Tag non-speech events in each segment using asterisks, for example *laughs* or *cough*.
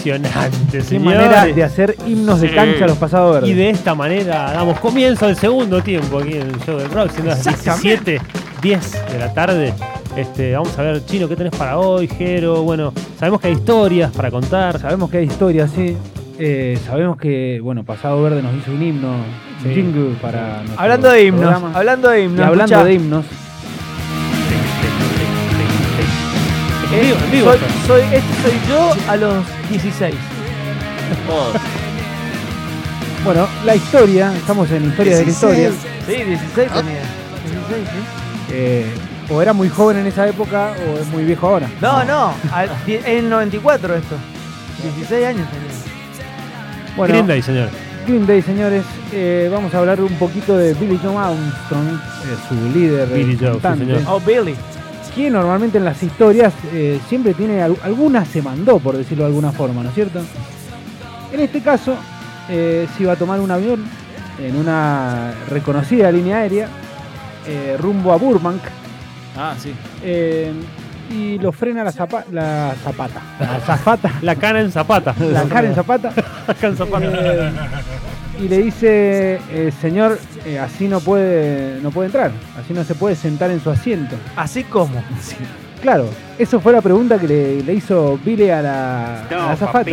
Impresionante, Qué señores. manera de hacer himnos de cancha a los pasados verdes. Y de esta manera damos comienzo al segundo tiempo aquí en el show del rock, siendo las 17, 10 de la tarde. Este, vamos a ver, Chino, ¿qué tenés para hoy, Jero? Bueno, sabemos que hay historias para contar. Sabemos que hay historia, sí. Eh, sabemos que, bueno, Pasado Verde nos hizo un himno, Sí. un jingle para nuestro Hablando de himnos, Ah, programa. hablando de himnos. Y hablando escuchá, de himnos, eh, En vivo, en vivo soy, esto. soy, este soy yo a los 16. bueno, la historia, estamos en historia de la historia. Sí, 16 tenía. 16, sí. Eh, o era muy joven en esa época o es muy viejo ahora. No, no, al- di- en el 94 esto. 16 años tenía. Bueno, Green Day, señor. Green Day, señores, eh, vamos a hablar un poquito de Billy Joe Armstrong, eh, su líder, eh, Billy Joe, sí, cantante, señor. Oh, Billy. que normalmente en las historias eh, siempre tiene al- algunas se mandó, por decirlo de alguna forma, ¿no es cierto? En este caso, eh, se iba a tomar un avión en una reconocida línea aérea eh, rumbo a Burbank Ah, sí. eh, y lo frena la, zapa- la zapata, la zapata, La cara en zapata. la Karen Zapata. *laughs* La cara en zapata. Eh, y le dice, eh, señor, eh, así no puede, no puede entrar, así no se puede sentar en su asiento. Así como. Claro, eso fue la pregunta que le, le hizo Billy a la, a la azafata.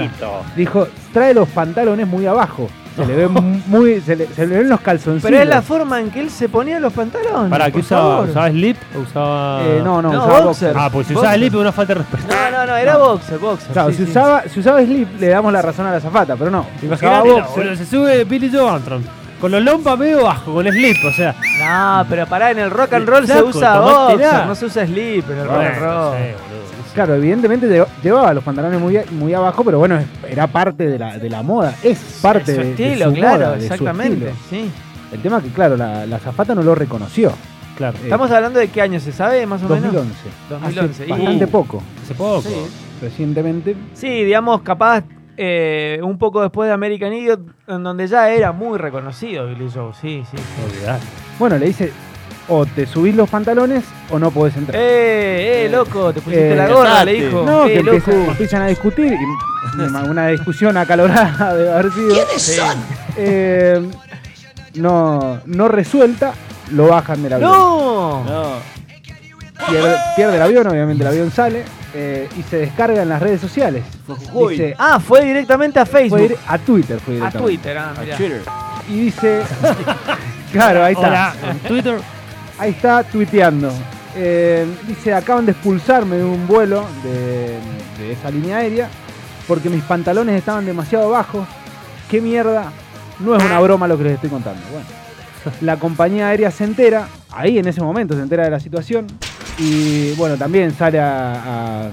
Dijo, trae los pantalones muy abajo. Se le ven muy, se le, se le ven los calzoncillos. Pero es la forma en que él se ponía los pantalones. ¿Para qué por usaba? favor. ¿Usaba slip o usaba.? Eh, no, no, No, usaba boxer. boxer. Ah, pues si usaba Boxer. slip es una falta de respeto. No, no, no, era boxer, boxer. Claro, sí, si, sí. usaba, si usaba slip le damos la razón a la zafata, pero no. Usaba Imagínate, no, boxer. boludo, se sube Billy Joe Armstrong. Con los lompas medio bajo, con slip, o sea. No, pero pará, en el rock and roll se Flaco, usa tomátela. boxer, no se usa sleep en el rock and Bueno, no roll. sé, boludo. Claro, evidentemente lle- llevaba los pantalones muy, a- muy abajo, pero bueno, es- era parte de la, de la moda. Es parte Es su de- de, estilo, su claro, moda, de su exactamente. estilo. Eh. Sí. El tema es que, claro, la, la zafata no lo reconoció. Claro. Eh, Estamos hablando de qué año se sabe, más o menos. 2011. 2011, Hace y- bastante poco, Hace poco. Sí. recientemente. Sí, digamos, capaz eh, un poco después de American Idiot, en donde ya era muy reconocido Billy Joe, sí, sí. Olvidate. Bueno, le dice, o te subís los pantalones o no podés entrar. ¡Eh, eh, loco! Te pusiste Eh, la gorra, casate. le dijo. no, eh, que loco. empiezan, empiezan a discutir, y una- una discusión acalorada de haber sido. Eh, no, no resuelta, lo bajan del avión. ¡No! No. Pierde, pierde el avión, obviamente el avión sale, eh, y se descarga en las redes sociales. Fue a Jujuy. Dice, Ah, fue directamente a fue ir Facebook. a Twitter, fue A directamente. Twitter, ah, A mirá. Twitter. Y dice, *laughs* claro, ahí está. Hola, en Twitter. Ahí está tuiteando. Eh, dice, acaban de expulsarme de un vuelo de, de esa línea aérea porque mis pantalones estaban demasiado bajos. ¿Qué mierda? No es una broma lo que les estoy contando. Bueno, la compañía aérea se entera, ahí en ese momento se entera de la situación y bueno, también sale a, a-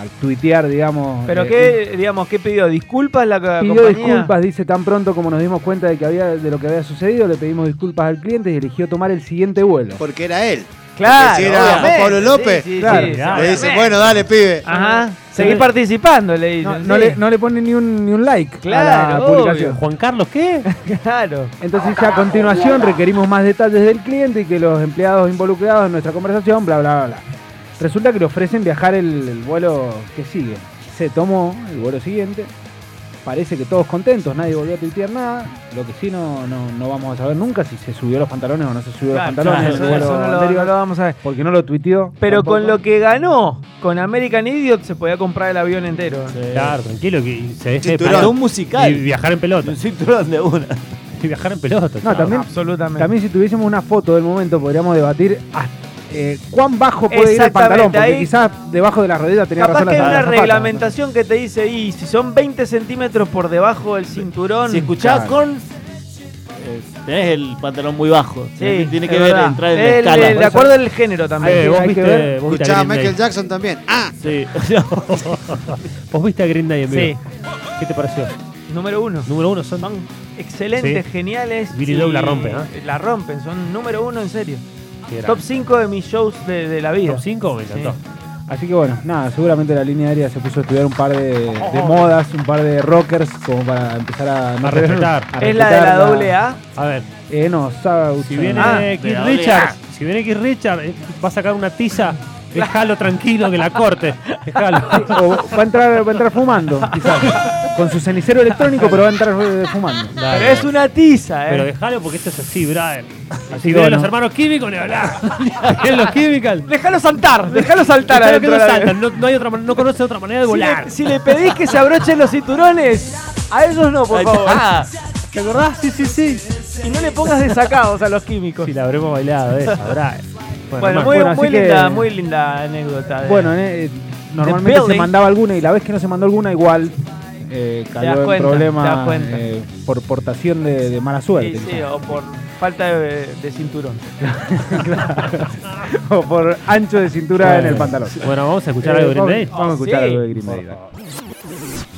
a tuitear, digamos. Pero eh, qué, digamos, ¿qué pidió? ¿Disculpas la co- Pidió compañía? disculpas, dice tan pronto como nos dimos cuenta de, que había, de lo que había sucedido, le pedimos disculpas al cliente y eligió tomar el siguiente vuelo. Porque era él. Claro. Porque si era obviamente. Juan Pablo López, Sí, sí, claro. sí, Mirá, Le obviamente. dicen, bueno, dale, pibe. Ah, Ajá. Seguí participando, le No, dicen. no sí. le, no le ponen ni un, ni un like a Claro, la publicación. ¿Juan Carlos qué? *laughs* Claro. Entonces ya a continuación requerimos más detalles del cliente y que los empleados involucrados en nuestra conversación, bla, bla, bla, bla. Resulta que le ofrecen viajar el, el vuelo que sigue. Se tomó el vuelo siguiente. Parece que todos contentos, nadie volvió a tuitear nada. Lo que sí no, no, no vamos a saber nunca si se subió los pantalones o no se subió Claro, los pantalones. eso- el vuelo eso no lo- anterior, no lo vamos a ver. Porque no lo tuiteó. Pero con tampoco. lo que ganó con American Idiot se podía comprar el avión entero. Claro, tranquilo que y se deje de Cinturón. parar. Para un musical. Y viajar en pelota. Un cinturón de una. Y viajar en pelota. Eh, No, chao. también, Absolutamente. también si tuviésemos una foto del momento podríamos debatir hasta, eh, cuán bajo puede ir el Exactamente, pantalón, porque ahí- quizás debajo de la rodilla tenía Capaz razón que hay la una zapata. reglamentación que te dice, y si son 20 centímetros por debajo del cinturón, Si escuchás Claro. con. eh, tenés el pantalón muy bajo. sí, Tiene que es ver, verdad. entrar en El- la escala. el- de acuerdo al género también. Eh, hay vos que viste, ver. vos viste Escuchaba a a Green Michael Day. Jackson también. Ah, Sí. *laughs* Vos viste a Green Day en vivo. Sí. ¿Qué te pareció? Número uno. Número uno son. Excelentes, Sí. geniales. Billy y Joe la rompe, ¿no? La rompen, son número uno en serio. ¿Qué era? Top 5 de mis shows de, de la vida. Top 5 me encantó. Así que bueno, nada, seguramente la línea aérea se puso a estudiar un par de, de modas, un par de rockers, como para empezar a... no A tener- respetar. a es la de la respetar doble A. A ver, Eh, no, South- si viene Ah, Keith de la Richards, si viene Keith Richards, eh, va a sacar una tiza Dejalo tranquilo que la corte. Dejalo. Ah. O va a entrar, va a entrar fumando, quizás. Con su cenicero electrónico, pero va a entrar eh, fumando. Dale. Pero es una tiza, Pero ¿eh? dejalo porque esto es así, *laughs* Brian. Así Así de bueno. los hermanos químicos le hablás. *laughs* En los chemicals. Déjalo saltar, déjalo saltar Claro que adentro no de la- saltan, no, no hay otra man- no conoce otra manera de Si volar. le, si le pedís que se abrochen los cinturones, a ellos no, por favor. Ah, ¿Te acordás? Sí, sí, sí. Si Y no le pongas desacados a los químicos. la habremos bailado esa, Brian. bueno, Bueno, muy, bueno, muy así que- linda, muy linda anécdota. de- Bueno, eh, normalmente se building. mandaba alguna y la vez que no se mandó alguna, igual eh, das cayó en cuenta, te das problema cuenta. eh, por portación de, de mala suerte. sí, sí, quizás. o por falta de, de cinturón. *laughs* o por ancho de cintura en el pantalón. Bueno, vamos a escuchar Eh, algo de Green vamos- Day. Eh, Vamos a escuchar Sí. algo de Green Day. dale.